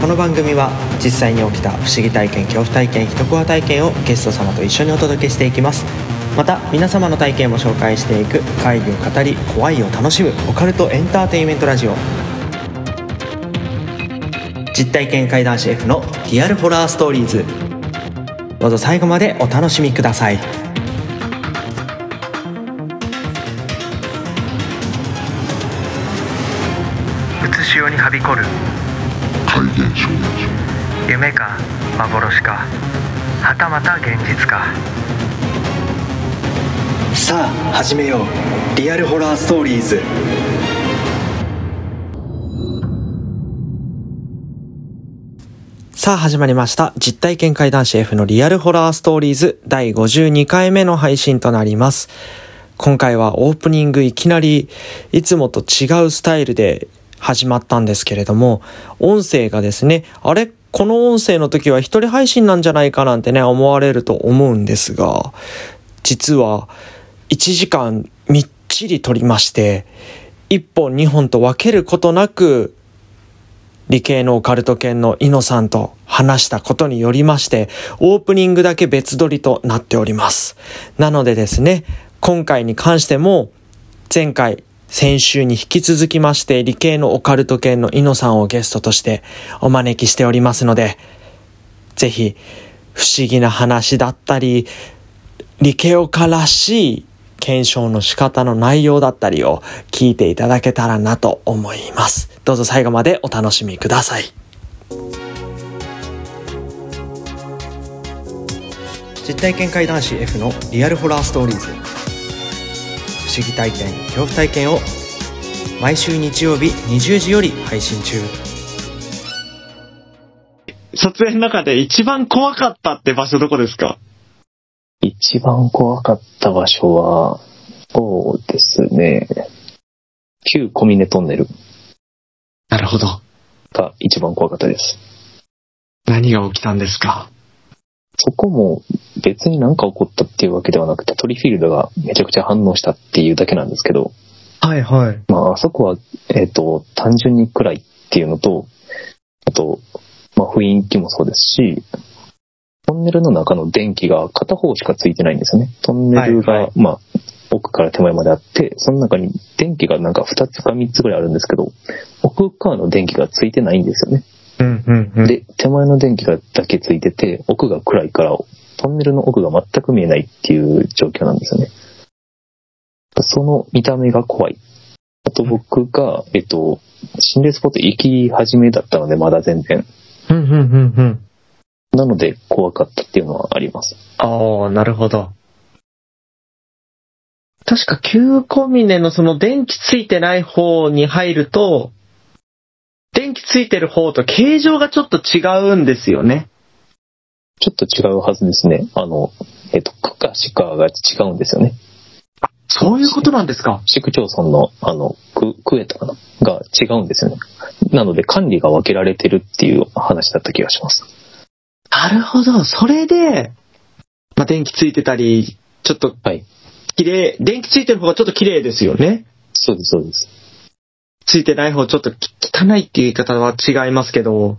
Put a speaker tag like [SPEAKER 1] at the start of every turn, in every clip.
[SPEAKER 1] この番組は実際に起きた不思議体験恐怖体験一コア体験をゲスト様と一緒にお届けしていきますまた皆様の体験も紹介していく会議を語り怖いを楽しむオカルトエンターテインメントラジオ実体験怪談師 F のリアルホラーストーリーズどうぞ最後までお楽しみください
[SPEAKER 2] うつしおにはびこる
[SPEAKER 3] 怪現象
[SPEAKER 2] 夢か幻かはたまた現実か
[SPEAKER 1] さあ始めようリアルホラーストーリーズさあ始まりました実体験怪談師 F のリアルホラーストーリーズ第52回目の配信となります今回はオープニングいきなりいつもと違うスタイルで始まったんですけれども音声がですねあれこの音声の時は一人配信なんじゃないかなんてね思われると思うんですが実は1時間みっちり撮りまして1本2本と分けることなく理系のオカルト犬のイノさんと話したことによりましてオープニングだけ別撮りとなっておりますなのでですね今回に関しても前回先週に引き続きまして理系のオカルト犬のイノさんをゲストとしてお招きしておりますのでぜひ不思議な話だったり理系オカらしい検証の仕方の内容だったりを聞いていただけたらなと思います。どうぞ最後までお楽しみください。実体験怪談師 F のリアルホラーストーリーズ不思議体験恐怖体験を毎週日曜日20時より配信中
[SPEAKER 4] 撮影の中で一番怖かったって場所どこですか
[SPEAKER 5] 一番怖かった場所は、そうですね。旧小峰トンネル
[SPEAKER 4] なるほど。
[SPEAKER 5] が一番怖かったです。
[SPEAKER 4] 何が起きたんですか
[SPEAKER 5] そこも別に何か起こったっていうわけではなくて、トリフィールドがめちゃくちゃ反応したっていうだけなんですけど、
[SPEAKER 1] はいはい
[SPEAKER 5] まあ、あそこは、えっ、と、単純に暗いっていうのと、あと、まあ、雰囲気もそうですし、トンネルの中の電気が片方しかついてないんですよね。トンネルが、
[SPEAKER 1] はいは
[SPEAKER 5] まあ、奥から手前まであって、その中に電気がなんか2つか3つぐらいあるんですけど、奥側の電気がついてないんですよね。
[SPEAKER 1] うんうんう
[SPEAKER 5] で、手前の電気がだけついてて、奥が暗いから、トンネルの奥が全く見えないっていう状況なんですよね。その見た目が怖い。あと僕が、えっと、心霊スポット行き始めだったので、まだ全然。
[SPEAKER 1] うんうんうんうん
[SPEAKER 5] なので、怖かったっていうのはあります。
[SPEAKER 4] ああ、なるほど。確か、旧小峰のその電気ついてない方に入ると、電気ついてる方と形状がちょっと違うんですよね。
[SPEAKER 5] ちょっと違うはずですね。あの、えっと、区か市かが違うんですよね。
[SPEAKER 4] そういうことなんですか
[SPEAKER 5] 市区町村の、あの、区、区へとかなが違うんですよね。なので、管理が分けられてるっていう話だった気がします。
[SPEAKER 4] なるほど。それで、まあ、電気ついてたり、ちょっと
[SPEAKER 5] はい。
[SPEAKER 4] 綺麗、電気ついてる方がちょっと綺麗ですよね。
[SPEAKER 5] そうです、そうです。
[SPEAKER 4] ついてない方ちょっと汚いっていう言い方は違いますけど、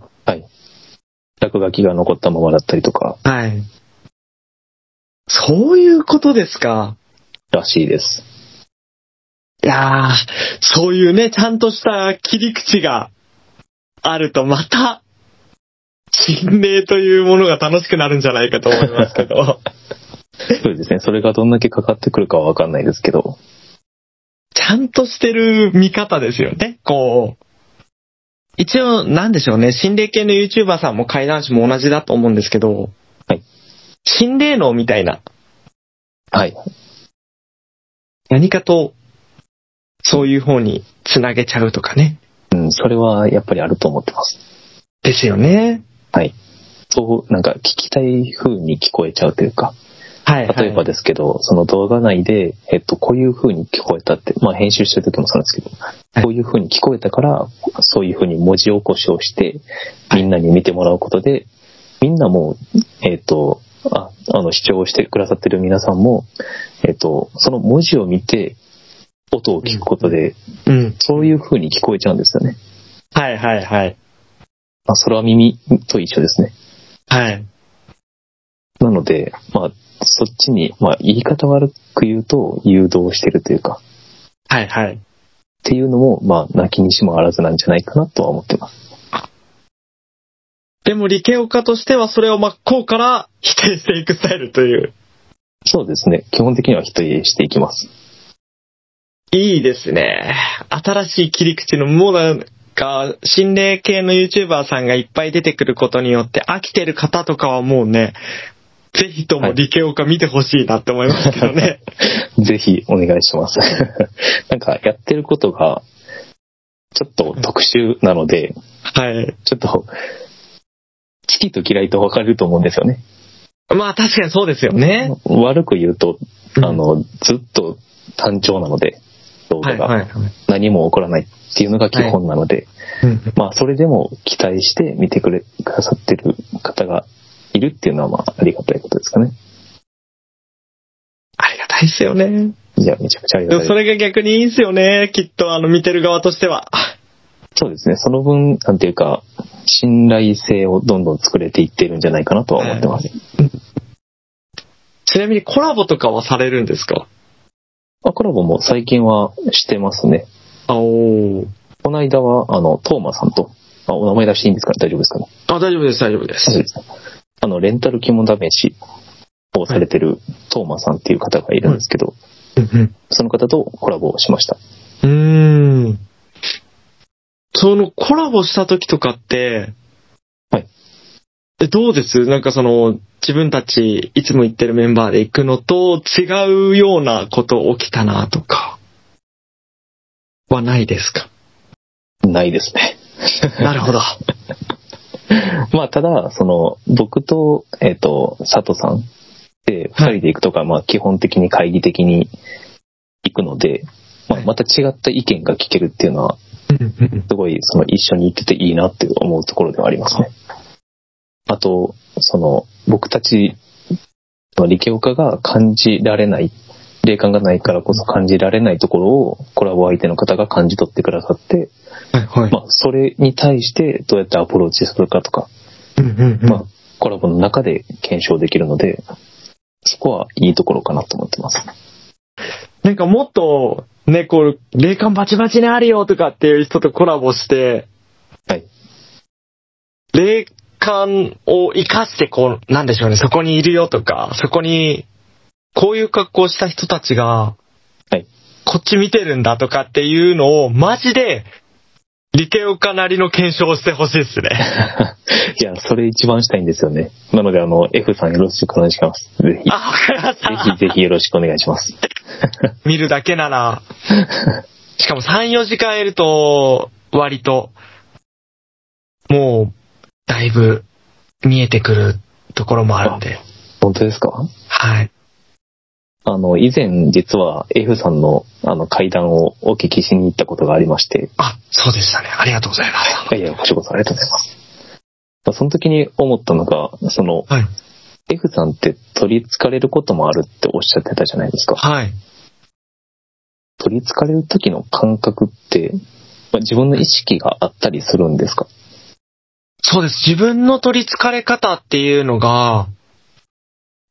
[SPEAKER 5] 落書きが残ったままだったりとか、
[SPEAKER 4] はい。そういうことですか。
[SPEAKER 5] らしいです。
[SPEAKER 4] いやー、そういうね、ちゃんとした切り口があるとまた、心霊というものが楽しくなるんじゃないかと思いますけ ど。
[SPEAKER 5] そうですね。それがどんだけかかってくるかはわかんないですけど、
[SPEAKER 4] ちゃんとしてる見方ですよね。こう。一応、なんでしょうね。心霊系の YouTuber さんも怪談師も同じだと思うんですけど。
[SPEAKER 5] はい
[SPEAKER 4] 心霊能みたいな。
[SPEAKER 5] はい。
[SPEAKER 4] 何かと、そういう方につなげちゃうとかね。
[SPEAKER 5] うん、それはやっぱりあると思ってます。
[SPEAKER 4] ですよね。
[SPEAKER 5] はい。そう、なんか聞きたい風に聞こえちゃうというか、
[SPEAKER 4] はい、はい。
[SPEAKER 5] 例えばですけど、その動画内で、えっと、こういう風に聞こえたって、まあ編集してる時もそうなんですけど、
[SPEAKER 4] い
[SPEAKER 5] こういう風に聞こえたから、そういう風に文字起こしをして、みんなに見てもらうことで、みんなも、えっと、ああの、視聴してくださってる皆さんも、えっと、その文字を見て、音を聞くことで、
[SPEAKER 4] うん。
[SPEAKER 5] そういう風に聞こえちゃうんですよね。
[SPEAKER 4] はいはいはい。
[SPEAKER 5] まあ、空耳と一緒ですね。
[SPEAKER 4] はい。
[SPEAKER 5] なので、まあ、そっちに、まあ、言い方悪く言うと、誘導してるというか、っ
[SPEAKER 4] はいはい。
[SPEAKER 5] ていうのも、まあ、泣きにしもあらずなんじゃないかなとは思ってます。
[SPEAKER 4] でも理系オカとしてはそれを真っ向から否定していくスタイルという。
[SPEAKER 5] そうですね。基本的には否定していき ます。
[SPEAKER 4] いいですね。新しい切り口の、もうなんか、心霊系の YouTuber さんがいっぱい出てくることによって飽きてる方とかはもうね、ぜひとも理系オカ見てほしいなって思いますけど ね。
[SPEAKER 5] ぜひお願いします。 なんか、やってることが、ちょっと特殊なので、
[SPEAKER 4] はい。
[SPEAKER 5] ちょっと、好きと嫌いと分かれると思うんですよね。
[SPEAKER 4] まあ確かにそうですよね。
[SPEAKER 5] 悪く言うと、
[SPEAKER 4] うん
[SPEAKER 5] あの、ずっと単調なので、動
[SPEAKER 4] は
[SPEAKER 5] 画
[SPEAKER 4] いはい
[SPEAKER 5] が
[SPEAKER 4] はい。
[SPEAKER 5] 何も起こらないっていうのが基本なので、
[SPEAKER 4] うん
[SPEAKER 5] まあ、それでも期待して見てくれ、くださってる方がいるっていうのは、まあ、ありがたいことですかね。
[SPEAKER 4] ありがたいですよね。
[SPEAKER 5] いや、めちゃくちゃあり
[SPEAKER 4] で
[SPEAKER 5] が
[SPEAKER 4] も
[SPEAKER 5] たい
[SPEAKER 4] そ。れが逆にいいんすよね。きっと、あの、見てる側としては。
[SPEAKER 5] そうですね。その分、なんていうか、信頼性をどんどん作れていってるんじゃないかなとは思ってます。
[SPEAKER 4] ちなみにコラボとかはされるんですか
[SPEAKER 5] まあ、コラボも最近はしてますね。
[SPEAKER 4] あお
[SPEAKER 5] この間は、あの、トーマさんと、あお名前出していいんですかね大丈夫ですかね
[SPEAKER 4] あ、大丈夫です、大丈夫で
[SPEAKER 5] そう
[SPEAKER 4] す。
[SPEAKER 5] ですねあの、レンタル肝試しをされてるトーマさんっていう方がいるんですけど、
[SPEAKER 4] うん
[SPEAKER 5] その方とコラボをしました。
[SPEAKER 4] うん。うーん。そのコラボした時とかって、
[SPEAKER 5] はい。
[SPEAKER 4] え、どうですなんかその、自分たちいつも行ってるメンバーで行くのと違うようなこと起きたなとか、はないですか
[SPEAKER 5] ないですね。
[SPEAKER 4] なるほ ど。
[SPEAKER 5] まあ、ただ、その、僕と、えっ、と、佐藤さんで、二
[SPEAKER 4] はい
[SPEAKER 5] 人で行くとか、まあ、基本的に会議的に行くので、ま
[SPEAKER 4] は
[SPEAKER 5] あ、
[SPEAKER 4] い
[SPEAKER 5] また違った意見が聞けるっていうのは、すごい、その、一緒に行ってていいなって思うところではありますね。あと、その、僕たち、その理系家が感じられない、霊感がないからこそ感じられないところを、コラボ相手の方が感じ取ってくださって、
[SPEAKER 4] はいはい。
[SPEAKER 5] まあ、それに対してどうやってアプローチするかとか、まあ、コラボの中で検証できるので、そこはいいところかなと思ってます。
[SPEAKER 4] なんかもっと、ね、こう、霊感バチバチにあるよとかっていう人とコラボして、
[SPEAKER 5] はい。
[SPEAKER 4] 霊感を活かして、こう、なんでしょうね、そこにいるよとか、そこに、こういう格好をした人たちが、
[SPEAKER 5] はい。
[SPEAKER 4] こっち見てるんだとかっていうのを、マジで、理系オカなりの検証をしてほしいですね。
[SPEAKER 5] いや、それ一番したいんですよね。なので、あの、F さんよろしくお願いします。ぜひ、ぜ
[SPEAKER 4] あ、わかりました。
[SPEAKER 5] ひぜひよろしくお願いします。
[SPEAKER 4] 見るだけなら、しかも3、4時間いると、割と、もう、だいぶ、見えてくるところもあるんで、
[SPEAKER 5] 本当ですか
[SPEAKER 4] はい。
[SPEAKER 5] あの、以前実は F さんのあの会談をお聞きしに行ったことがありまして、
[SPEAKER 4] あ、そうでしたね。ありがとうございまし
[SPEAKER 5] いやいや、こちらこそありがとうございます。まあその時に思ったのが、その、
[SPEAKER 4] た。はい。
[SPEAKER 5] F さんって取り憑かれることもあるっておっしゃってたじゃないですか。
[SPEAKER 4] はい。
[SPEAKER 5] 取り憑かれる時の感覚って、まあ、自分の意識があったりするんですか
[SPEAKER 4] そうです。自分の取り憑かれ方っていうのが、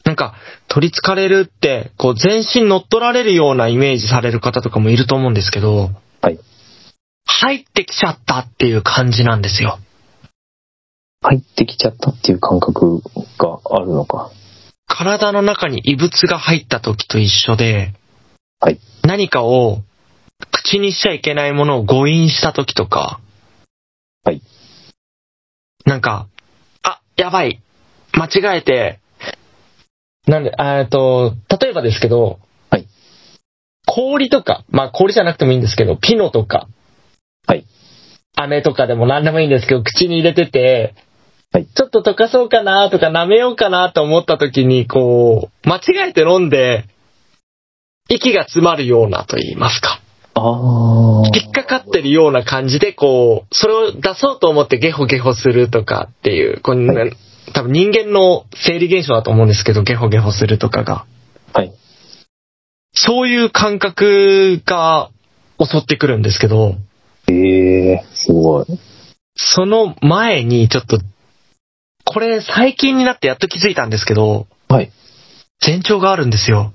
[SPEAKER 4] なんか、取り憑かれるって、こう、全身乗っ取られるようなイメージされる方とかもいると思うんですけど、
[SPEAKER 5] はい。
[SPEAKER 4] 入ってきちゃったっていう感じなんですよ。
[SPEAKER 5] 入ってきちゃったっていう感覚があるのか。
[SPEAKER 4] 体の中に異物が入った時と一緒で、
[SPEAKER 5] はい
[SPEAKER 4] 何かを口にしちゃいけないものを誤飲した時とか、
[SPEAKER 5] はい
[SPEAKER 4] なんか、あ、やばい、間違えて、なんで、えっと、例えばですけど、
[SPEAKER 5] はい
[SPEAKER 4] 氷とか、まあ氷じゃなくてもいいんですけど、ピノとか、
[SPEAKER 5] はい
[SPEAKER 4] 飴とかでも何でもいいんですけど、口に入れてて、ちょっと溶かそうかなとか舐めようかなと思った時に、こう、間違えて飲んで、息が詰まるようなと言いますか。
[SPEAKER 5] ああ。
[SPEAKER 4] 引っかかってるような感じで、こう、それを出そうと思ってゲホゲホするとかっていう、こうね
[SPEAKER 5] は
[SPEAKER 4] 多分人間の生理現象だと思うんですけど、ゲホゲホするとかが。
[SPEAKER 5] はい。
[SPEAKER 4] そういう感覚が襲ってくるんですけど、
[SPEAKER 5] ええー、すごい。
[SPEAKER 4] その前にちょっと、これ最近になってやっと気づいたんですけど、
[SPEAKER 5] はい。
[SPEAKER 4] 前兆があるんですよ。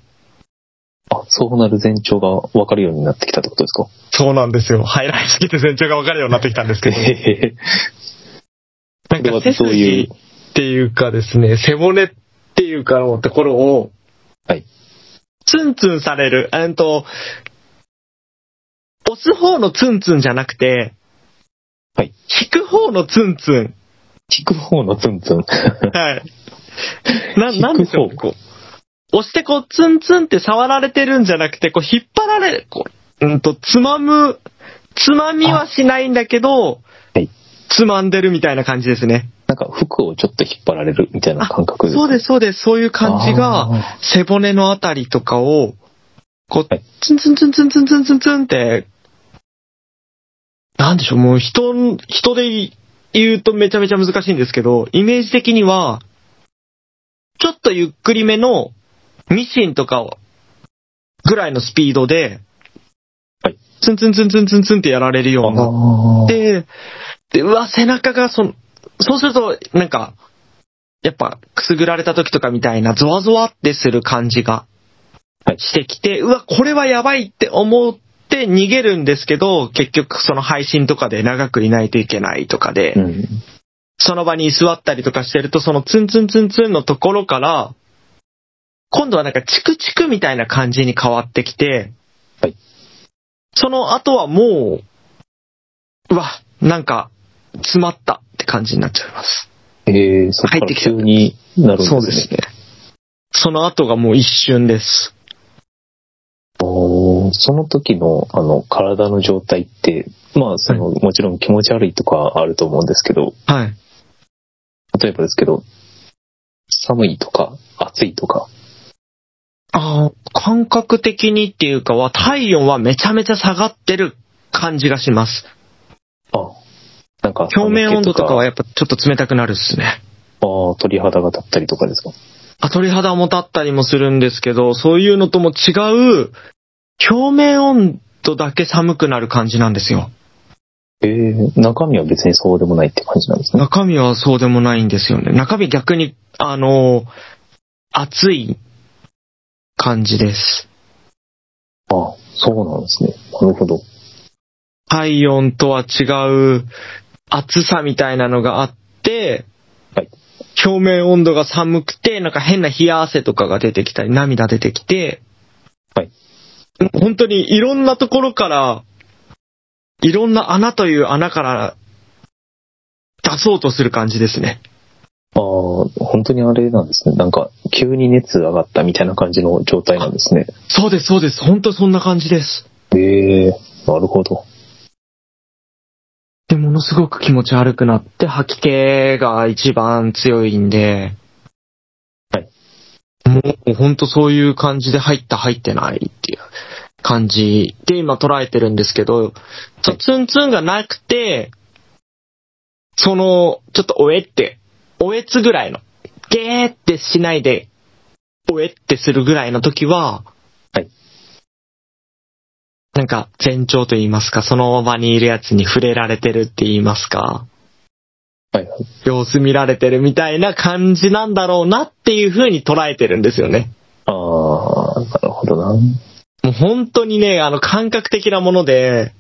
[SPEAKER 5] あ、そうなる前兆が分かるようになってきたってことですか
[SPEAKER 4] そうなんですよ。ハイライトすぎて前兆がわかるようになってきたんです けど。
[SPEAKER 5] え
[SPEAKER 4] なんか背
[SPEAKER 5] これはどうい
[SPEAKER 4] 筋
[SPEAKER 5] う
[SPEAKER 4] っていうかですね、背骨っていうかのところを、
[SPEAKER 5] はい。
[SPEAKER 4] ツンツンされる。えーっと、押す方のツンツンじゃなくて、
[SPEAKER 5] はい。
[SPEAKER 4] 引く方のツンツン。
[SPEAKER 5] 聞く方のツンツン。
[SPEAKER 4] は い。な、なんでしょ
[SPEAKER 5] 引
[SPEAKER 4] う
[SPEAKER 5] く
[SPEAKER 4] こう。押してこう、ツンツンって触られてるんじゃなくて、こう、引っ張られる。こう、うんと、つまむ、つまみはしないんだけど、
[SPEAKER 5] はい
[SPEAKER 4] つまんでるみたいな感じですね。
[SPEAKER 5] なんか服をちょっと引っ張られるみたいな感覚
[SPEAKER 4] そうですす、そうです。そういう感じが、
[SPEAKER 5] あ
[SPEAKER 4] 背骨のあたりとかを、こう
[SPEAKER 5] はい、
[SPEAKER 4] ツンツンツンツンツンツンツンツンって、なんでしょう、もう人、人で言うとめちゃめちゃ難しいんですけど、イメージ的には、ちょっとゆっくりめのミシンとかを、ぐらいのスピードで、
[SPEAKER 5] はい
[SPEAKER 4] ツンツンツンツンツンツンってやられるよ
[SPEAKER 5] ー
[SPEAKER 4] うな。
[SPEAKER 5] あー。
[SPEAKER 4] で、で、うわ、背中がその、そうすると、なんか、やっぱ、くすぐられた時とかみたいな、ゾワゾワってする感じが
[SPEAKER 5] はい、
[SPEAKER 4] してきて、うわ、これはやばいって思って逃げるんですけど、結局その配信とかで長くいないといけないとかで、
[SPEAKER 5] うん。
[SPEAKER 4] その場に居座ったりとかしてると、そのツンツンツンツンのところから、今度はなんかチクチクみたいな感じに変わってきて、
[SPEAKER 5] はい
[SPEAKER 4] その後はもう、うわ、なんか、詰まったって感じになっちゃいます。
[SPEAKER 5] えー、そっか
[SPEAKER 4] 入って
[SPEAKER 5] ら
[SPEAKER 4] きた
[SPEAKER 5] 急になるんですね。
[SPEAKER 4] そうですね。その後がもう一瞬です。
[SPEAKER 5] おーその時の、あの、体の状態って、まあ、その、もちろん気持ち悪いとかあると思うんですけど、
[SPEAKER 4] はい。
[SPEAKER 5] 例えばですけど、寒いとか、暑いとか、
[SPEAKER 4] ああ、感覚的にっていうかは、体温はめちゃめちゃ下がってる感じがします。
[SPEAKER 5] あなんか、
[SPEAKER 4] 表面温度とかは
[SPEAKER 5] あ
[SPEAKER 4] やっぱちょっと冷たくなるっすね。
[SPEAKER 5] あー、鳥肌が立ったりとかですか
[SPEAKER 4] あ鳥肌も立ったりもするんですけど、そういうのとも違う、表面温度だけ寒くなる感じなんですよ。
[SPEAKER 5] えー、中身は別にそうでもないって感じなんですね。
[SPEAKER 4] 中身はそうでもないんですよね。中身逆に、あの、熱い感じです。
[SPEAKER 5] あそうなんですね。なるほど。
[SPEAKER 4] 体温とは違う暑さみたいなのがあって、
[SPEAKER 5] はい
[SPEAKER 4] 表面温度が寒くて、なんか変な冷や汗とかが出てきたり、涙出てきて、
[SPEAKER 5] はい
[SPEAKER 4] 本当にいろんなところから、いろんな穴という穴から出そうとする感じですね。
[SPEAKER 5] ああ、本当にあれなんですね。なんか、急に熱上がったみたいな感じの状態なんですね。
[SPEAKER 4] そうです、そうです。本当そんな感じです。
[SPEAKER 5] ええなるほど。
[SPEAKER 4] で、ものすごく気持ち悪くなって、吐き気が一番強いんで、
[SPEAKER 5] はい。
[SPEAKER 4] もうほんとそういう感じで入った入ってないっていう感じで今捉えてるんですけど、そうツンツンがなくて、その、ちょっとおえって、おえつぐらいの、ゲーってしないで、おえってするぐらいの時は、
[SPEAKER 5] はい。
[SPEAKER 4] なんか、前兆と言いますか、その場にいるやつに触れられてるって言いますか、
[SPEAKER 5] はいはい。
[SPEAKER 4] 様子見られてるみたいな感じなんだろうなっていう風に捉えてるんですよね。
[SPEAKER 5] ああ、なるほどな。
[SPEAKER 4] もう本当にね、あの感覚的なもので、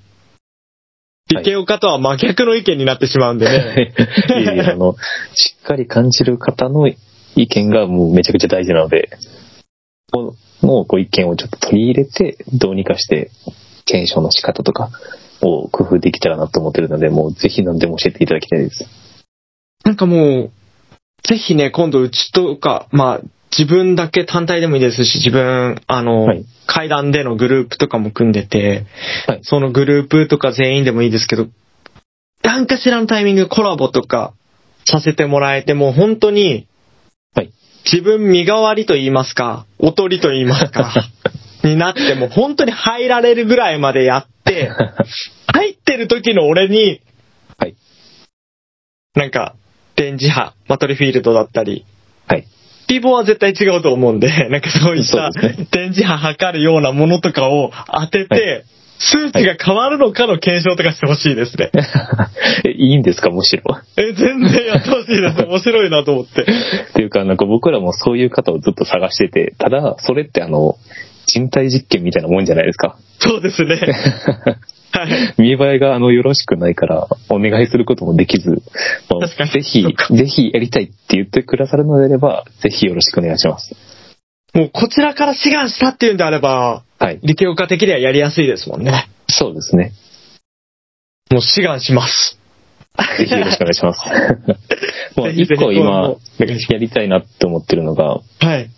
[SPEAKER 4] ディテオカとは真逆の意見になってしまうんで ね。
[SPEAKER 5] いやいやあの、しっかり感じる方の意見がもうめちゃくちゃ大事なので、このご意見をちょっと取り入れて、どうにかして検証の仕方とかを工夫できたらなと思ってるので、もうぜひ何でも教えていただきたいです。
[SPEAKER 4] なんかもう、ぜひね、今度うちとか、まあ、自分だけ単体でもいいですし、自分、あの、
[SPEAKER 5] はい
[SPEAKER 4] 階段でのグループとかも組んでて、
[SPEAKER 5] はい
[SPEAKER 4] そのグループとか全員でもいいですけど、なんかしらのタイミングでコラボとかさせてもらえて、もう本当に、
[SPEAKER 5] はい
[SPEAKER 4] 自分身代わりと言いますか、おとりと言います か、になって、もう本当に入られるぐらいまでや って、入ってる時の俺に、
[SPEAKER 5] はい
[SPEAKER 4] なんか、電磁波、マトリフィールドだったり、
[SPEAKER 5] はい。
[SPEAKER 4] ピボは絶対違う と思うんで、なんかそういった
[SPEAKER 5] そうですね
[SPEAKER 4] 電磁波測るようなものとかを当てて、数値が変わるのかの検証とかしてほしいですね。
[SPEAKER 5] えいいんですか、むしろ。
[SPEAKER 4] え、全然やってほしい です。面白いなと思って。
[SPEAKER 5] っていうか、なんか僕らもそういう方をずっと探してて、ただ、それってあの、人体実験みたいなもんじゃないですか。
[SPEAKER 4] そうですね。 はい。
[SPEAKER 5] 見栄えがあの、よろしくないから、お願いすることもできず、もう
[SPEAKER 4] 確かに
[SPEAKER 5] ぜひ
[SPEAKER 4] そっ、か
[SPEAKER 5] ぜひやりたいって言ってくださるのであれば、ぜひよろしくお願いします。
[SPEAKER 4] もうこちらから志願したっていうんであれば、
[SPEAKER 5] はい。
[SPEAKER 4] 理系化的にはやりやすいですもんね。
[SPEAKER 5] そうですね。
[SPEAKER 4] もう志願します。
[SPEAKER 5] ぜひよろしくお願い します。も
[SPEAKER 4] ぜ
[SPEAKER 5] う
[SPEAKER 4] ひぜ
[SPEAKER 5] 一
[SPEAKER 4] ひ
[SPEAKER 5] 個
[SPEAKER 4] お
[SPEAKER 5] 今
[SPEAKER 4] 願いし、
[SPEAKER 5] やりたいなって思ってるのが、
[SPEAKER 4] はい。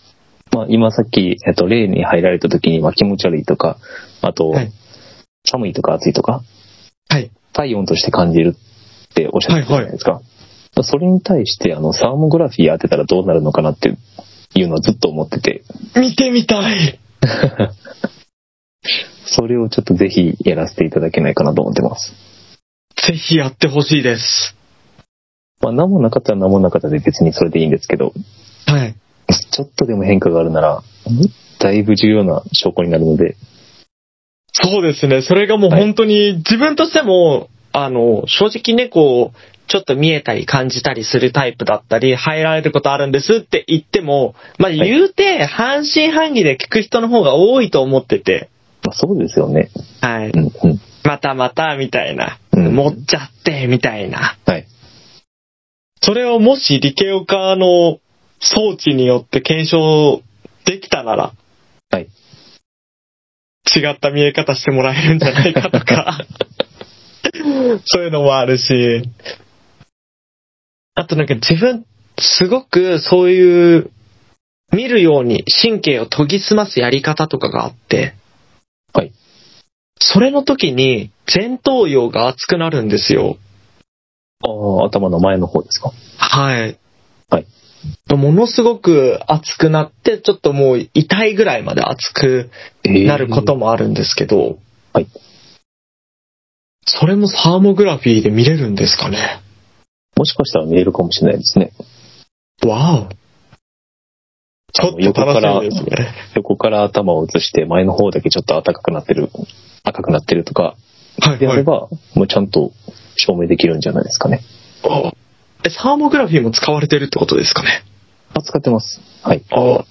[SPEAKER 5] まあ、今さっき、えっと、例に入られた時に、まあ、気持ち悪いとか、あと、
[SPEAKER 4] はい
[SPEAKER 5] 寒いとか暑いとか、
[SPEAKER 4] はい
[SPEAKER 5] 体温として感じるっておっしゃってたじゃないですか。それに対して、あの、サーモグラフィー当てたらどうなるのかなっていうのはずっと思ってて、
[SPEAKER 4] 見てみたい。
[SPEAKER 5] それをちょっとぜひやらせていただけないかなと思ってます。
[SPEAKER 4] ぜひやってほしいです。
[SPEAKER 5] まあ、何もなかったら何もなかったで別にそれでいいんですけど、
[SPEAKER 4] はい。
[SPEAKER 5] ちょっとでも変化があるなら、だいぶ重要な証拠になるので、
[SPEAKER 4] そうですね。それがもう
[SPEAKER 5] はい
[SPEAKER 4] 本当に、自分としても、あの、正直ね、こう、ちょっと見えたり感じたりするタイプだったり、入られることあるんですって言っても、まあ言うて、半信半疑で聞く人の方が多いと思ってて、
[SPEAKER 5] まあ、そうですよね。
[SPEAKER 4] はい。
[SPEAKER 5] うんうん。
[SPEAKER 4] またまた、みたいな。
[SPEAKER 5] うん
[SPEAKER 4] 持っちゃって、みたいな。
[SPEAKER 5] はい。
[SPEAKER 4] それをもし理系オカの装置によって検証できたなら、
[SPEAKER 5] はい。
[SPEAKER 4] 違った見え方してもらえるんじゃないかと か、そういうのもあるし、あとなんか自分、すごくそういう、見るように神経を研ぎ澄ますやり方とかがあって、
[SPEAKER 5] はい。
[SPEAKER 4] それの時に前頭葉が熱くなるんですよ。
[SPEAKER 5] ああ、頭の前の方ですか。
[SPEAKER 4] はい。
[SPEAKER 5] はい。
[SPEAKER 4] ものすごく熱くなって、ちょっともう痛いぐらいまで熱くなることもあるんですけど、
[SPEAKER 5] えーはい。
[SPEAKER 4] それもサーモグラフィーで見れるんですかね。
[SPEAKER 5] もしかしたら見えるかもしれないですね。
[SPEAKER 4] わお。ちょっ
[SPEAKER 5] 横
[SPEAKER 4] と楽
[SPEAKER 5] から
[SPEAKER 4] しみですね。
[SPEAKER 5] 横から頭を映して前の方だけちょっと赤くなってる、赤くなってるとか
[SPEAKER 4] はい
[SPEAKER 5] であ
[SPEAKER 4] は
[SPEAKER 5] れ
[SPEAKER 4] い。
[SPEAKER 5] ば、もうちゃんと証明できるんじゃないですかね。
[SPEAKER 4] あえ、サーモグラフィーも使われてるってことですかね。
[SPEAKER 5] あ、使ってます。はい。
[SPEAKER 4] あ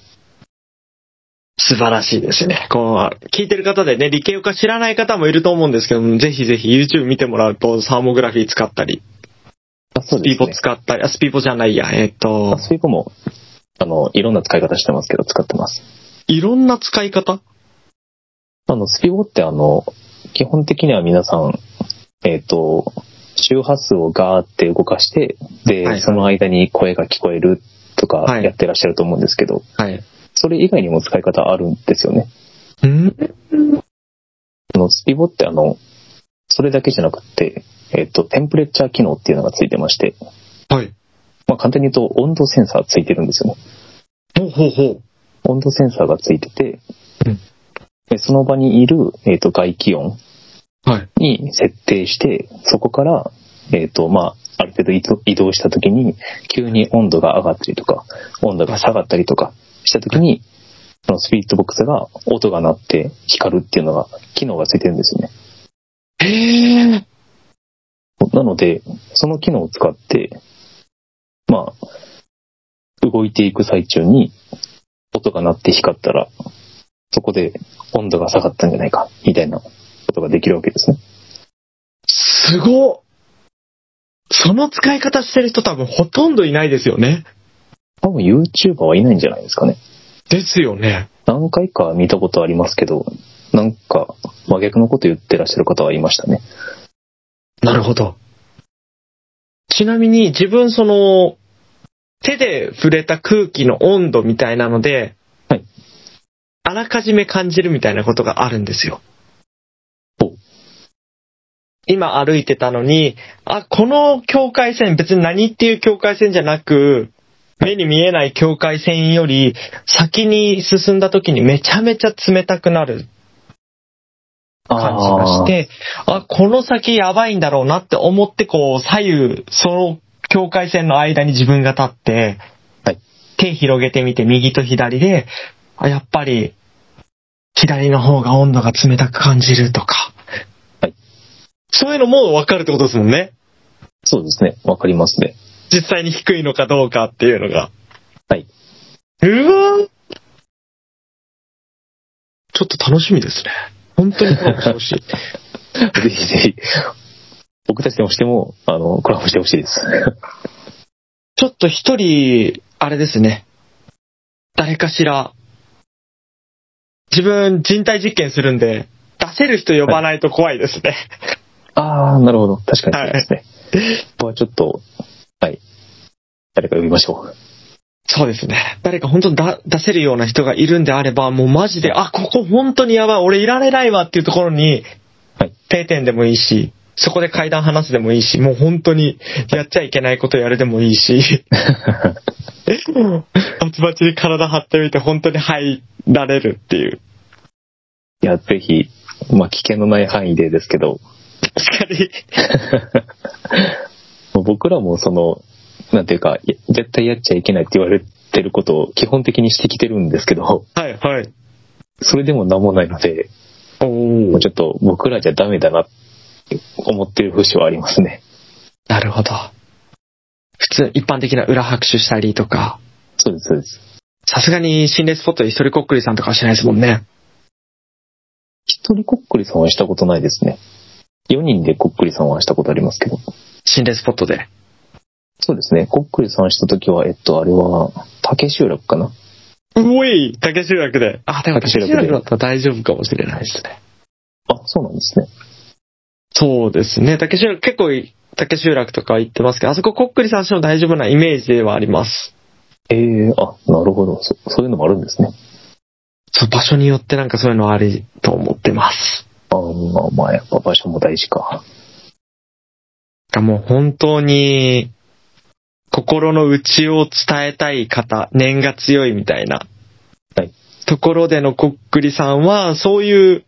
[SPEAKER 4] 素晴らしいですね。こう、聞いてる方でね、理系か知らない方もいると思うんですけども、ぜひぜひ YouTube 見てもらうと、サーモグラフィー使ったり、
[SPEAKER 5] あ、そう
[SPEAKER 4] スピ
[SPEAKER 5] で
[SPEAKER 4] ー
[SPEAKER 5] す
[SPEAKER 4] ポ
[SPEAKER 5] ね。
[SPEAKER 4] 使ったり、あ、スピーポじゃないや、えっ、と
[SPEAKER 5] あ、そういう子も、あの、いろんな使い方してますけど、使ってます。
[SPEAKER 4] いろんな使い方
[SPEAKER 5] あの、スピボってあの、基本的には皆さん、えっ、と、周波数をガーって動かして、で、
[SPEAKER 4] はい
[SPEAKER 5] その間に声が聞こえるとか
[SPEAKER 4] はい
[SPEAKER 5] やってらっしゃると思うんですけど、
[SPEAKER 4] はい。
[SPEAKER 5] それ以外にも使い方あるんですよね。
[SPEAKER 4] うん
[SPEAKER 5] あのスピボってあの、それだけじゃなくって、えっ、と、テンプレッチャー機能っていうのがついてまして、
[SPEAKER 4] はい。
[SPEAKER 5] まあ簡単に言うと温度センサーついてるんですよね。
[SPEAKER 4] ほうほうほう。
[SPEAKER 5] 温度センサーがついてて、
[SPEAKER 4] うん
[SPEAKER 5] でその場にいる、えっ、と、外気温
[SPEAKER 4] はい。
[SPEAKER 5] に設定して、そこから、えっ、と、まあ、ある程度移動移動した時に、急に温度が上がったりとか、温度が下がったりとかした時に、そのスピリットボックスが音が鳴って光るっていうのが、機能がついてるんですよね。
[SPEAKER 4] へえ。
[SPEAKER 5] なので、その機能を使って、まあ、動いていく最中に、音が鳴って光ったら、そこで温度が下がったんじゃないか、みたいなことができるわけですね。
[SPEAKER 4] すごっその使い方してる人多分ほとんどいないですよね。
[SPEAKER 5] 多分 YouTuber はいないんじゃないですかね。
[SPEAKER 4] ですよね。
[SPEAKER 5] 何回か見たことありますけど、なんか真逆のこと言ってらっしゃる方はいましたね。
[SPEAKER 4] なるほど。ちなみに自分その、手で触れた空気の温度みたいなので、
[SPEAKER 5] はい
[SPEAKER 4] あらかじめ感じるみたいなことがあるんですよ
[SPEAKER 5] ほう。
[SPEAKER 4] 今歩いてたのに、あ、この境界線、別に何っていう境界線じゃなく、目に見えない境界線より先に進んだ時にめちゃめちゃ冷たくなる感じがして、あこの先やばいんだろうなって思って、こう、左右、その境界線の間に自分が立って、
[SPEAKER 5] はい
[SPEAKER 4] 手広げてみて、右と左で、あやっぱり、左の方が温度が冷たく感じるとか、
[SPEAKER 5] あ
[SPEAKER 4] そういうのもわかるってことですもんね。
[SPEAKER 5] そうですね。わかりますね。
[SPEAKER 4] 実際に低いのかどうかっていうのが。
[SPEAKER 5] はい。
[SPEAKER 4] うわーちょっと楽しみですね。本当にコラボしてほしい。
[SPEAKER 5] ぜひぜひ、僕たちでもしても、あの、コラボしてほしいです。
[SPEAKER 4] ちょっと一人、あれですね。誰かしら。自分、人体実験するんで、出せる人呼ばないと怖いですね。
[SPEAKER 5] ああ、なるほど。確か
[SPEAKER 4] はい
[SPEAKER 5] にそ
[SPEAKER 4] う
[SPEAKER 5] ですね。ここはちょっと、はい。誰か呼びましょう。
[SPEAKER 4] そうですね。誰か本当にだ出せるような人がいるんであれば、もうマジで、あ、ここ本当にやばい、俺いられないわっていうところに、
[SPEAKER 5] はい
[SPEAKER 4] 定点でもいいし、そこで階段話すでもいいし、もう本当にやっちゃいけないことやるでもいい し、バチバチに体張ってみて本当に入られるっていう。
[SPEAKER 5] いや、ぜひ、まあ、危険のない範囲でですけど、
[SPEAKER 4] 確かに。
[SPEAKER 5] 僕らもその、なんていうか、い絶対やっちゃいけないって言われてることを基本的にしてきてるんですけど、
[SPEAKER 4] はいはい。
[SPEAKER 5] それでも何もないので、
[SPEAKER 4] お
[SPEAKER 5] も
[SPEAKER 4] お
[SPEAKER 5] う。ちょっと僕らじゃダメだなって思ってる節はありますね。
[SPEAKER 4] なるほど。普通、一般的な裏拍手したりとか、
[SPEAKER 5] そうです、そうです。
[SPEAKER 4] さすがに心霊スポットで一人こっくりさんとかはしないですもんね。
[SPEAKER 5] 一人こっくりさんはしたことないですね。4人でこっくりさんはしたことありますけど。
[SPEAKER 4] 心霊スポットで。
[SPEAKER 5] そうですね。こっくりさんしたときは、えっと、あれは、竹集落かな
[SPEAKER 4] うおい竹集落で。あ、でも
[SPEAKER 5] 竹集
[SPEAKER 4] 竹
[SPEAKER 5] 落
[SPEAKER 4] 集落
[SPEAKER 5] で
[SPEAKER 4] だったら大丈夫かもしれないですね。
[SPEAKER 5] あ、そうなんですね。
[SPEAKER 4] そうですね。竹集落、結構い、竹集落とか行ってますけど、あそここっくりさんしても大丈夫なイメージではあります。
[SPEAKER 5] ええあ、なるほどそ。そういうのもあるんですね。
[SPEAKER 4] そう、場所によってなんかそういうのはありと思ってます。
[SPEAKER 5] あまあまあ、やっぱ場所も大事か。
[SPEAKER 4] がもう本当に、心の内を伝えたい方、念が強いみたいな、
[SPEAKER 5] はい
[SPEAKER 4] ところでのこっくりさんは、そういう、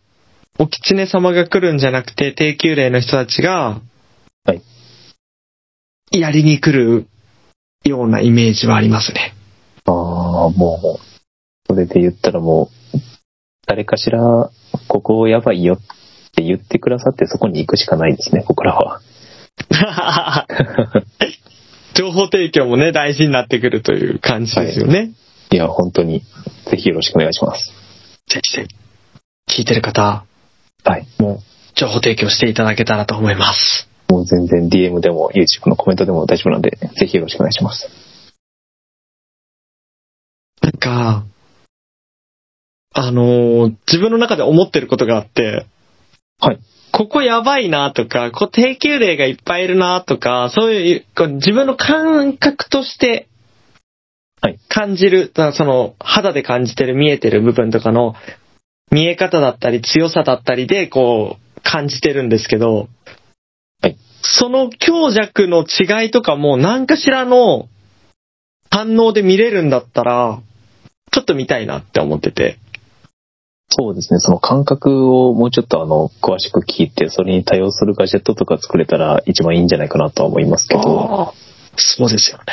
[SPEAKER 4] お狐様が来るんじゃなくて、低級霊の人たちが、
[SPEAKER 5] はい
[SPEAKER 4] やりに来るようなイメージはありますね。
[SPEAKER 5] ああ、もう、それで言ったらもう、誰かしら、ここやばいよって言ってくださって、そこに行くしかないですね、僕らは。
[SPEAKER 4] 情報提供もね、大事になってくるという感じですよね。
[SPEAKER 5] いや、本当に、ぜひよろしくお願いします。
[SPEAKER 4] ぜひぜひ、聞いてる方、
[SPEAKER 5] はい。も
[SPEAKER 4] 情報提供していただけたらと思います。
[SPEAKER 5] う、もう全然 DM でも YouTube のコメントでも大丈夫なんで、ぜひよろしくお願いします。
[SPEAKER 4] なんか、あのー自分の中で思ってることがあって、
[SPEAKER 5] はい。
[SPEAKER 4] ここやばいなとか、ここ低級例がいっぱいいるなとか、そういう、こう自分の感覚として、
[SPEAKER 5] はい
[SPEAKER 4] 感じる、だからその、肌で感じてる、見えてる部分とかの、見え方だったり、強さだったりで、こう、感じてるんですけど、
[SPEAKER 5] はい
[SPEAKER 4] その強弱の違いとかも、何かしらの反応で見れるんだったら、ちょっと見たいなって思ってて。
[SPEAKER 5] そうですね、その感覚をもうちょっとあの、詳しく聞いて、それに対応するガジェットとか作れたら一番いいんじゃないかなとは思いますけど。
[SPEAKER 4] そうですよね。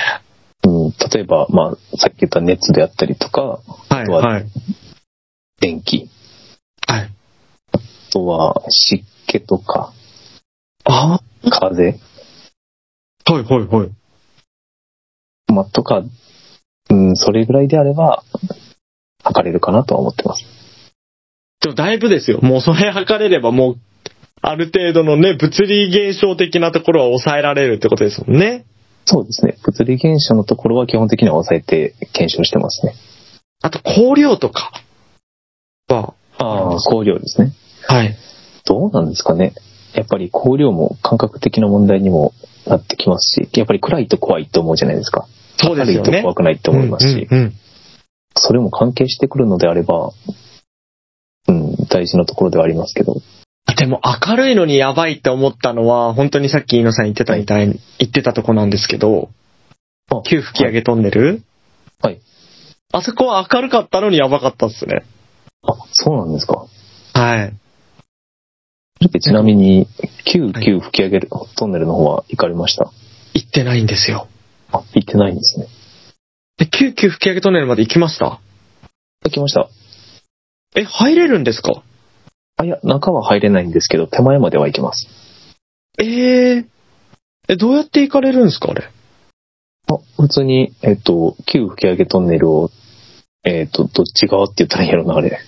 [SPEAKER 5] うん、例えば、まあ、さっき言った熱であったりとか、
[SPEAKER 4] はい、はい。
[SPEAKER 5] 電気、
[SPEAKER 4] はい。
[SPEAKER 5] あとは湿気とか、
[SPEAKER 4] あ
[SPEAKER 5] 風、
[SPEAKER 4] あ、はい、はい、はい。
[SPEAKER 5] まあ、とか、うん、それぐらいであれば、測れるかなとは思ってます。
[SPEAKER 4] でもだいぶですよ。もうそれ測れればもう、ある程度のね、物理現象的なところは抑えられるってことですもんね。
[SPEAKER 5] そうですね。物理現象のところは基本的には抑えて検証してますね。
[SPEAKER 4] あと、光量とかは、
[SPEAKER 5] ああ、光量ですね。
[SPEAKER 4] はい。
[SPEAKER 5] どうなんですかね。やっぱり光量も感覚的な問題にもなってきますし、やっぱり暗いと怖いと思うじゃないですか。
[SPEAKER 4] そうですよ
[SPEAKER 5] 明るいと
[SPEAKER 4] ね。
[SPEAKER 5] 怖くないと思いますし。
[SPEAKER 4] うんうんうん
[SPEAKER 5] それも関係してくるのであれば、うん、大事なところではありますけど、
[SPEAKER 4] でも明るいのにやばいって思ったのは、本当にさっき井野さん言ってたみたいに、言ってたとこなんですけど
[SPEAKER 5] あ、
[SPEAKER 4] 旧吹き上げトンネル
[SPEAKER 5] はい。
[SPEAKER 4] あそこは明るかったのにやばかったっすね。
[SPEAKER 5] あ、そうなんですか。
[SPEAKER 4] はい。
[SPEAKER 5] それってちなみに、旧旧吹き上げるトンネルの方は行かれました。
[SPEAKER 4] 行ってないんですよ。
[SPEAKER 5] あ、行ってないんですね。
[SPEAKER 4] え、旧旧吹き上げトンネルまで行きました
[SPEAKER 5] 行きました。
[SPEAKER 4] え、入れるんですか
[SPEAKER 5] あ、いや、中は入れないんですけど、手前までは行きます。
[SPEAKER 4] えええ、どうやって行かれるんですかあれ。
[SPEAKER 5] あ、普通に、えっと、旧吹上トンネルを、えっと、どっち側って言ったらいいんやろな、あれ。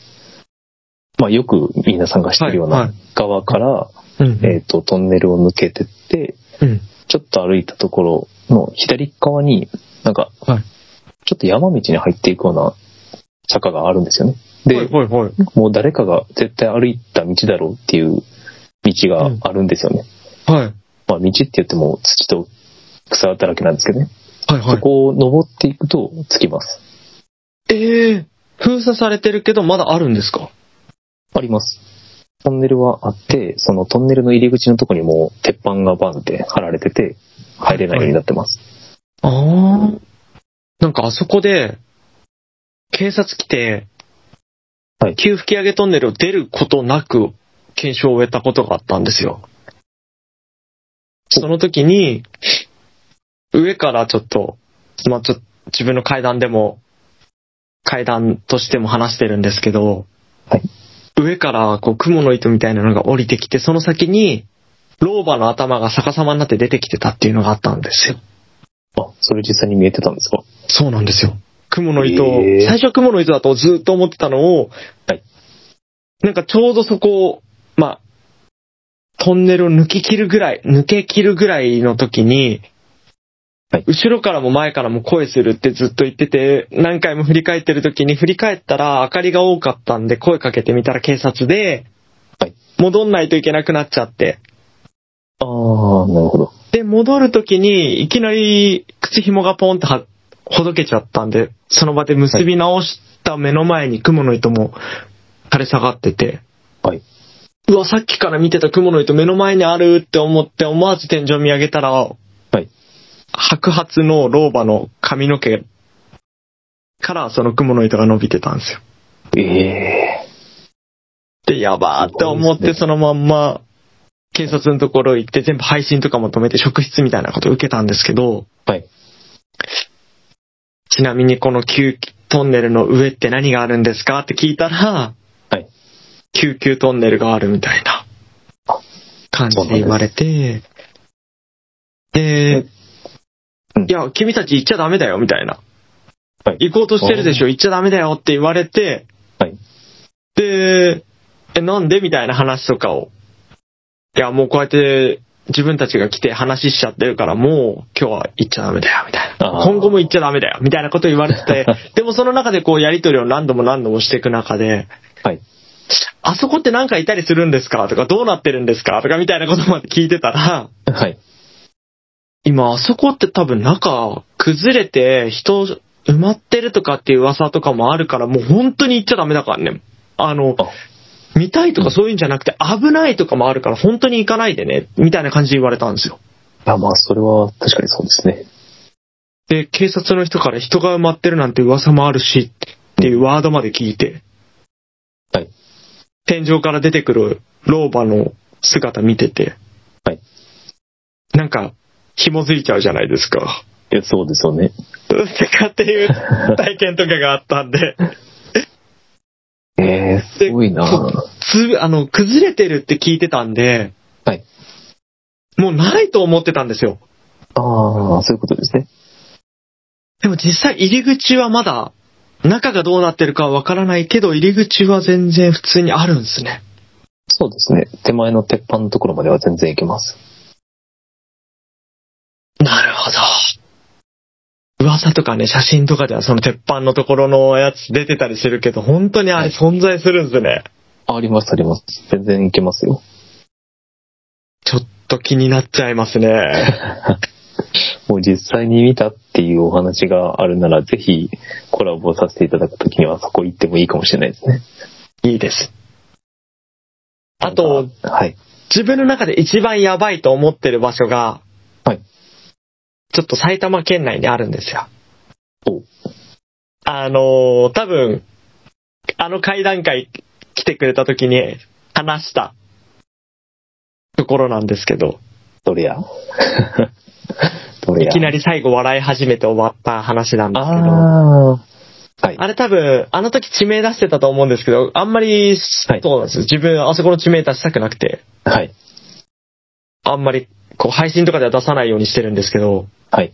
[SPEAKER 5] まあ、よく皆さんが知ってるよう
[SPEAKER 4] はい
[SPEAKER 5] な
[SPEAKER 4] はい
[SPEAKER 5] 側から、
[SPEAKER 1] うん
[SPEAKER 5] えっと、トンネルを抜けてって、
[SPEAKER 1] うん。
[SPEAKER 5] ちょっと歩いたところの左側に、なんか、
[SPEAKER 4] はい
[SPEAKER 5] ちょっと山道に入っていくような坂があるんですよね。で、
[SPEAKER 4] はいはいはい。
[SPEAKER 5] もう誰かが絶対歩いた道だろうっていう道があるんですよね。
[SPEAKER 4] はい。
[SPEAKER 5] まあ、道って言っても土と草だらけなんですけどね。
[SPEAKER 4] はいは
[SPEAKER 5] そこを登っていくと着きます。
[SPEAKER 4] い。ええ封鎖されてるけど、まだあるんですか
[SPEAKER 5] あります。トンネルはあって、そのトンネルの入り口のとこにもう鉄板がバンって貼られてて、入れないようになってます。
[SPEAKER 4] ああ。なんかあそこで、警察来て、
[SPEAKER 5] はい
[SPEAKER 4] 急吹き上げトンネルを出ることなく、検証を終えたことがあったんですよ。その時に、上からちょっと、まあ、ちょっと自分の階段でも、階段としても話してるんですけど、
[SPEAKER 5] はい
[SPEAKER 4] 上からこう雲の糸みたいなのが降りてきて、その先に、老婆の頭が逆さまになって出てきてたっていうのがあったんですよ。
[SPEAKER 5] あ、それ実際に見えてたんですか
[SPEAKER 4] そうなんですよ。雲の糸を、
[SPEAKER 5] へー
[SPEAKER 4] 最初は雲の糸だとずっと思ってたのを、
[SPEAKER 5] はい
[SPEAKER 4] なんかちょうどそこを、まあ、トンネルを抜け切るぐらい、抜け切るぐらいの時に、
[SPEAKER 5] はい
[SPEAKER 4] 後ろからも前からも声するってずっと言ってて、何回も振り返ってる時に振り返ったら明かりが多かったんで声かけてみたら警察で、
[SPEAKER 5] はい
[SPEAKER 4] 戻んないといけなくなっちゃって、
[SPEAKER 5] ああ、なるほど。
[SPEAKER 4] で、戻るときに、いきなり靴紐がポンってはほどけちゃったんで、その場で結び直した目の前に雲の糸も垂れ下がってて、
[SPEAKER 5] はい。
[SPEAKER 4] うわ、さっきから見てた雲の糸目の前にあるって思って、思わず天井見上げたら、
[SPEAKER 5] はい。
[SPEAKER 4] 白髪の老婆の髪の毛からその雲の糸が伸びてたんですよ。
[SPEAKER 5] ええ
[SPEAKER 4] で、やばーって思っ
[SPEAKER 5] すごい
[SPEAKER 4] て、
[SPEAKER 5] ですね
[SPEAKER 4] そのまんま、警察のところ行って、全部配信とかも止めて、職質みたいなことを受けたんですけど、
[SPEAKER 5] はい。
[SPEAKER 4] ちなみにこの急トンネルの上って何があるんですかって聞いたら、
[SPEAKER 5] はい。
[SPEAKER 4] 救急トンネルがあるみたいな感じで言われて、で、
[SPEAKER 5] うん
[SPEAKER 4] いや、君たち行っちゃダメだよ、みたいな。
[SPEAKER 5] はい
[SPEAKER 4] 行こうとしてるでしょ、行っちゃダメだよって言われて、
[SPEAKER 5] はい
[SPEAKER 4] で、え、なんでみたいな話とかを。いや、もうこうやって自分たちが来て話しちゃってるから、もう今日は行っちゃダメだよ、みたいな。
[SPEAKER 5] あー
[SPEAKER 4] 今後も行っちゃダメだよ、みたいなこと言われて て、でもその中でこうやりとりを何度も何度もしていく中で、
[SPEAKER 5] はい。
[SPEAKER 4] あそこってなんかいたりするんですかとか、どうなってるんですかとか、みたいなことまで聞いてたら、
[SPEAKER 5] はい。
[SPEAKER 4] 今、あそこって多分中、崩れて、人、埋まってるとかっていう噂とかもあるから、もう本当に行っちゃダメだからね。あの、
[SPEAKER 5] あ
[SPEAKER 4] 見たいとかそういうんじゃなくて、危ないとかもあるから、本当に行かないでね、みたいな感じで言われたんですよ。
[SPEAKER 5] あまあ、それは確かにそうですね。
[SPEAKER 4] で、警察の人から人が埋まってるなんて噂もあるし、っていうワードまで聞いて、
[SPEAKER 5] はい。
[SPEAKER 4] 天井から出てくる老婆の姿見てて、
[SPEAKER 5] はい。
[SPEAKER 4] なんか、紐づいちゃうじゃないですか。
[SPEAKER 5] いや、そうですよね。
[SPEAKER 4] とかっていう体験とかがあったんで、
[SPEAKER 5] ええすごいな
[SPEAKER 4] つ、あの、崩れてるって聞いてたんで、
[SPEAKER 5] はい。
[SPEAKER 4] もうないと思ってたんですよ。
[SPEAKER 5] ああ、そういうことですね。
[SPEAKER 4] でも実際入り口はまだ、中がどうなってるかはわからないけど、入り口は全然普通にあるんですね。
[SPEAKER 5] そうですね。手前の鉄板のところまでは全然行けます。
[SPEAKER 4] なるほど。噂とかね、写真とかではその鉄板のところのやつ出てたりするけど、本当にあれ存在するんですね。
[SPEAKER 5] あります、あります。全然行けますよ。
[SPEAKER 4] ちょっと気になっちゃいますね。
[SPEAKER 5] もう実際に見たっていうお話があるなら、ぜひコラボさせていただくときにはそこ行ってもいいかもしれないですね。
[SPEAKER 4] いいです。あと、
[SPEAKER 5] はい。
[SPEAKER 4] 自分の中で一番やばいと思ってる場所が、
[SPEAKER 5] はい。
[SPEAKER 4] ちょっと埼玉県内にあるんですよ。
[SPEAKER 5] お
[SPEAKER 4] あのー多分、あの会談会来てくれた時に話したところなんですけど、
[SPEAKER 5] ど れやどれ
[SPEAKER 4] い
[SPEAKER 5] や
[SPEAKER 4] きなり最後笑い始めて終わった話なんですけど、
[SPEAKER 5] ああ。はい。
[SPEAKER 4] あれ多分、あの時地名出してたと思うんですけど、あんまり、
[SPEAKER 5] はい
[SPEAKER 4] そうなんですよ。自分、あそこの地名出したくなくて。
[SPEAKER 5] はい。
[SPEAKER 4] あんまり、こう、配信とかでは出さないようにしてるんですけど、
[SPEAKER 5] はい。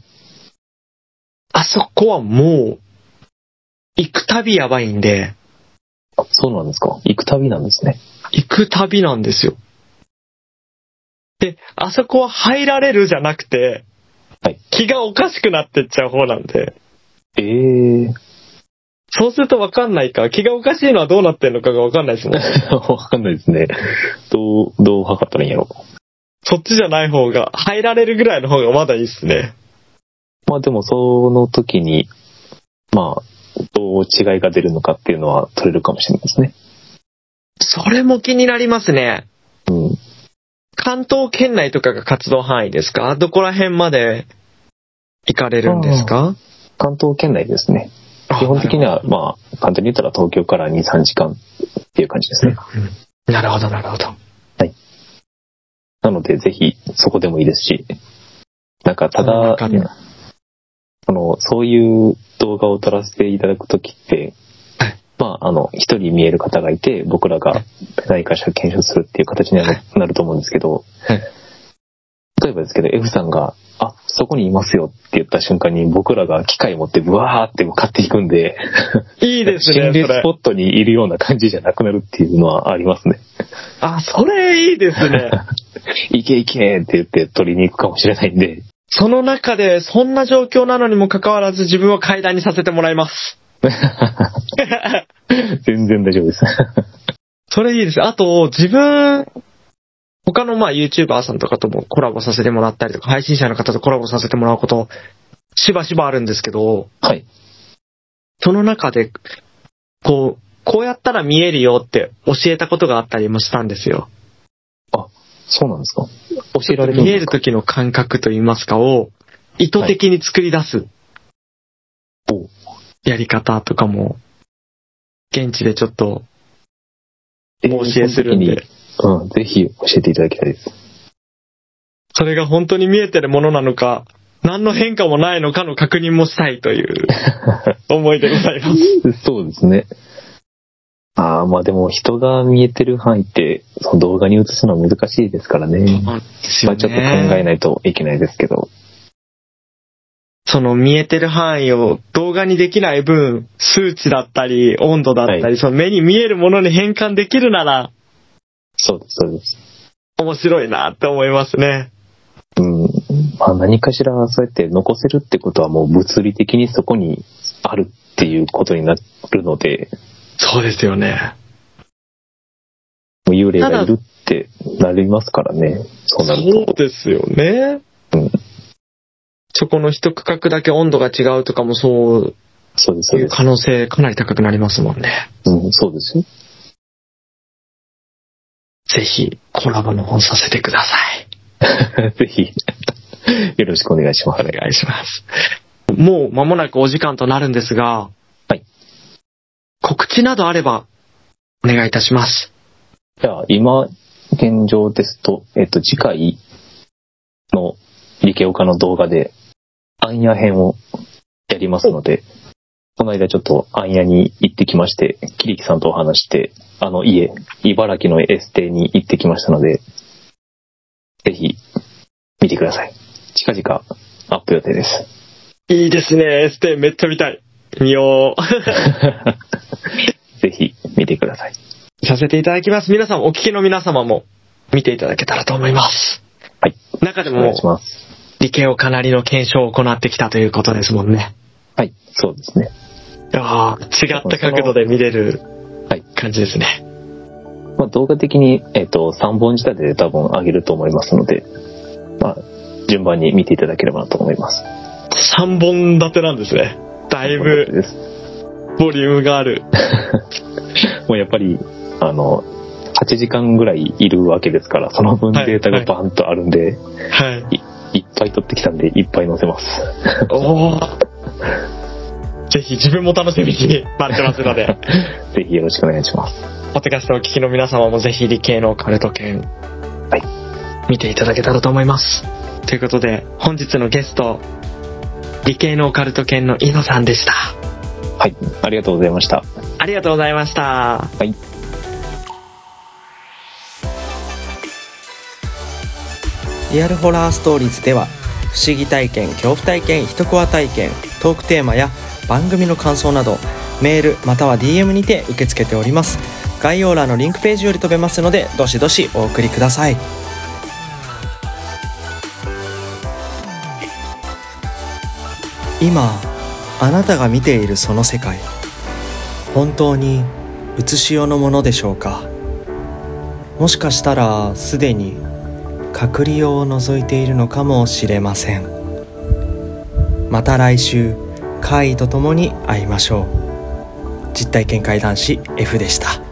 [SPEAKER 4] あそこはもう、行くたびやばいんで、
[SPEAKER 5] あそうなんですか。行く旅なんですね。
[SPEAKER 4] 行くたびなんですよ。で、あそこは入られるじゃなくて、
[SPEAKER 5] はい
[SPEAKER 4] 気がおかしくなってっちゃう方なんで、
[SPEAKER 5] ええ
[SPEAKER 4] そうするとわかんないから、気がおかしいのはどうなってんのかがわかんないです ね。
[SPEAKER 5] ー。 わかんないですね。どう、どう測ったらいいんやろ
[SPEAKER 4] そっちじゃない方が、入られるぐらいの方がまだいいっすね。
[SPEAKER 5] まあでも、その時に、まあ、どう違いが出るのかっていうのは取れるかもしれないですね。
[SPEAKER 4] それも気になりますね。
[SPEAKER 5] うん。
[SPEAKER 4] 関東圏内とかが活動範囲ですかどこら辺まで行かれるんですか
[SPEAKER 5] 関東圏内ですね。基本的には、まあ、簡単に言ったら東京から2、3時間っていう感じですね。
[SPEAKER 4] なるほど、なるほど。
[SPEAKER 5] なので、ぜひ、そこでもいいですし、なんか、た
[SPEAKER 4] うんわ
[SPEAKER 5] だ
[SPEAKER 4] かる、
[SPEAKER 5] あの、そういう動画を撮らせていただくときって
[SPEAKER 4] はい、
[SPEAKER 5] まあ、あの、一人見える方がいて、僕ら
[SPEAKER 4] は
[SPEAKER 5] が何かしら検証するっていう形にはななると思うんですけど
[SPEAKER 4] はい、
[SPEAKER 5] 例えばですけど、F さんが、あ、そこにいますよって言った瞬間に、僕らが機械持って、ブワーって向かっていくんで、
[SPEAKER 4] いいですね、
[SPEAKER 5] 心
[SPEAKER 4] そ
[SPEAKER 5] 霊ス
[SPEAKER 4] れ
[SPEAKER 5] ポ。ットにいるような感じじゃなくなるっていうのはありますね。
[SPEAKER 4] あ、それいいです ね。
[SPEAKER 5] いけいけって言って取りに行くかもしれないんで。
[SPEAKER 4] その中で、そんな状況なのにもかかわらず自分を階段にさせてもらいます。
[SPEAKER 5] 全然大丈夫です。
[SPEAKER 4] それいいです。あと、自分、他のまあ YouTuber さんとかともコラボさせてもらったりとか、配信者の方とコラボさせてもらうこと、しばしばあるんですけど、
[SPEAKER 5] はい。
[SPEAKER 4] その中で、こう、こうやったら見えるよって教えたことがあったりもしたんですよ。
[SPEAKER 5] そうなんですか教えられるん
[SPEAKER 4] 見え
[SPEAKER 5] です
[SPEAKER 4] る
[SPEAKER 5] か
[SPEAKER 4] 時の感覚といいますかを、意図的に作り出す
[SPEAKER 5] おう
[SPEAKER 4] やり方とかも、現地でちょっと
[SPEAKER 5] え
[SPEAKER 4] お教えするんで、
[SPEAKER 5] その時にうん、ぜひ教えていただきたいです。
[SPEAKER 4] それが本当に見えてるものなのか、何の変化もないのかの確認もしたい という思いでございます。
[SPEAKER 5] そうですね。ああ、まあでも人が見えてる範囲って、その動画に映すのは難しいですからね。まあちょっと考えないといけないですけど。
[SPEAKER 4] その見えてる範囲を動画にできない分、数値だったり、温度だったり、
[SPEAKER 5] は
[SPEAKER 4] その目に見えるものに変換できるなら、
[SPEAKER 5] そうです、そうです。
[SPEAKER 4] 面白いなって思いますね。
[SPEAKER 5] うんまあ、何かしらそうやって残せるってことはもう物理的にそこにあるっていうことになるので
[SPEAKER 4] そうですよね。
[SPEAKER 5] もう幽霊がいるってなりますからねそうなる
[SPEAKER 4] そう
[SPEAKER 5] と
[SPEAKER 4] ですよね。
[SPEAKER 5] うん
[SPEAKER 4] そこの一区画だけ温度が違うとかもそ
[SPEAKER 5] そうで
[SPEAKER 4] う
[SPEAKER 5] すそ
[SPEAKER 4] い
[SPEAKER 5] うで
[SPEAKER 4] う
[SPEAKER 5] す、
[SPEAKER 4] 可能性かなり高くなりますもんね。
[SPEAKER 5] うん、そう ですよ
[SPEAKER 4] ぜひコラボの方させてください。
[SPEAKER 5] ぜひよろしくお願いします
[SPEAKER 4] お願いします。もう間もなくお時間となるんですが、
[SPEAKER 5] はい
[SPEAKER 4] 告知などあれば、お願いいたします。
[SPEAKER 5] じゃあ今現状ですと、えっと、次回の理系岡の動画で暗夜編をやりますのでこの間ちょっと暗夜に行ってきましてキリキさんとお話してあの家茨城のエステに行ってきましたのでぜひ見てください近々アップ予定です
[SPEAKER 4] いいですね、エステめっちゃ見たい。見よ
[SPEAKER 5] ぜひ見てください
[SPEAKER 4] う。させていただきます。皆さん、お聞きの皆様も見ていただけたらと思います。
[SPEAKER 5] はい。
[SPEAKER 4] 中で
[SPEAKER 5] お願いし
[SPEAKER 4] も、
[SPEAKER 5] ます
[SPEAKER 4] 理系をかなりの検証を行ってきたということですもんね。
[SPEAKER 5] はいそうですね
[SPEAKER 4] ああ、違った角度で見れる
[SPEAKER 5] はい
[SPEAKER 4] 感じですね。
[SPEAKER 5] まあ、動画的に、えっと3本仕立てで多分上げると思いますので、まあ、順番に見ていただければなと思います。
[SPEAKER 4] 3本立てなんですね。だいぶ
[SPEAKER 5] です
[SPEAKER 4] ボリュームがある。
[SPEAKER 5] もうやっぱりあの8時間ぐらいいるわけですからその分
[SPEAKER 4] はい
[SPEAKER 5] データがバンとあるんで、
[SPEAKER 4] はい。
[SPEAKER 5] い、っぱい取ってきたんでいっぱい載せます。
[SPEAKER 4] おお。ぜひ自分も楽しみに待ってますので、
[SPEAKER 5] ぜひよろしくお願いします。
[SPEAKER 4] ポッドキャストをお聞きの皆様もぜひ理系のオカルト犬、見ていただけたらと思います。ということで、本日のゲスト、理系のオカルト犬のイノさんでした。
[SPEAKER 5] はい、ありがとうございました。
[SPEAKER 4] ありがとうございました。
[SPEAKER 5] はい
[SPEAKER 1] リアルホラーストーリーズでは不思議体験恐怖体験一コア体験トークテーマや番組の感想などメールまたは DM にて受け付けております概要欄のリンクページより飛べますのでどしどしお送りください今あなたが見ているその世界本当に写し世のものでしょうかもしかしたらすでに隔離用を除いているのかもしれませんまた来週会とともに会いましょう実体見解男子 F でした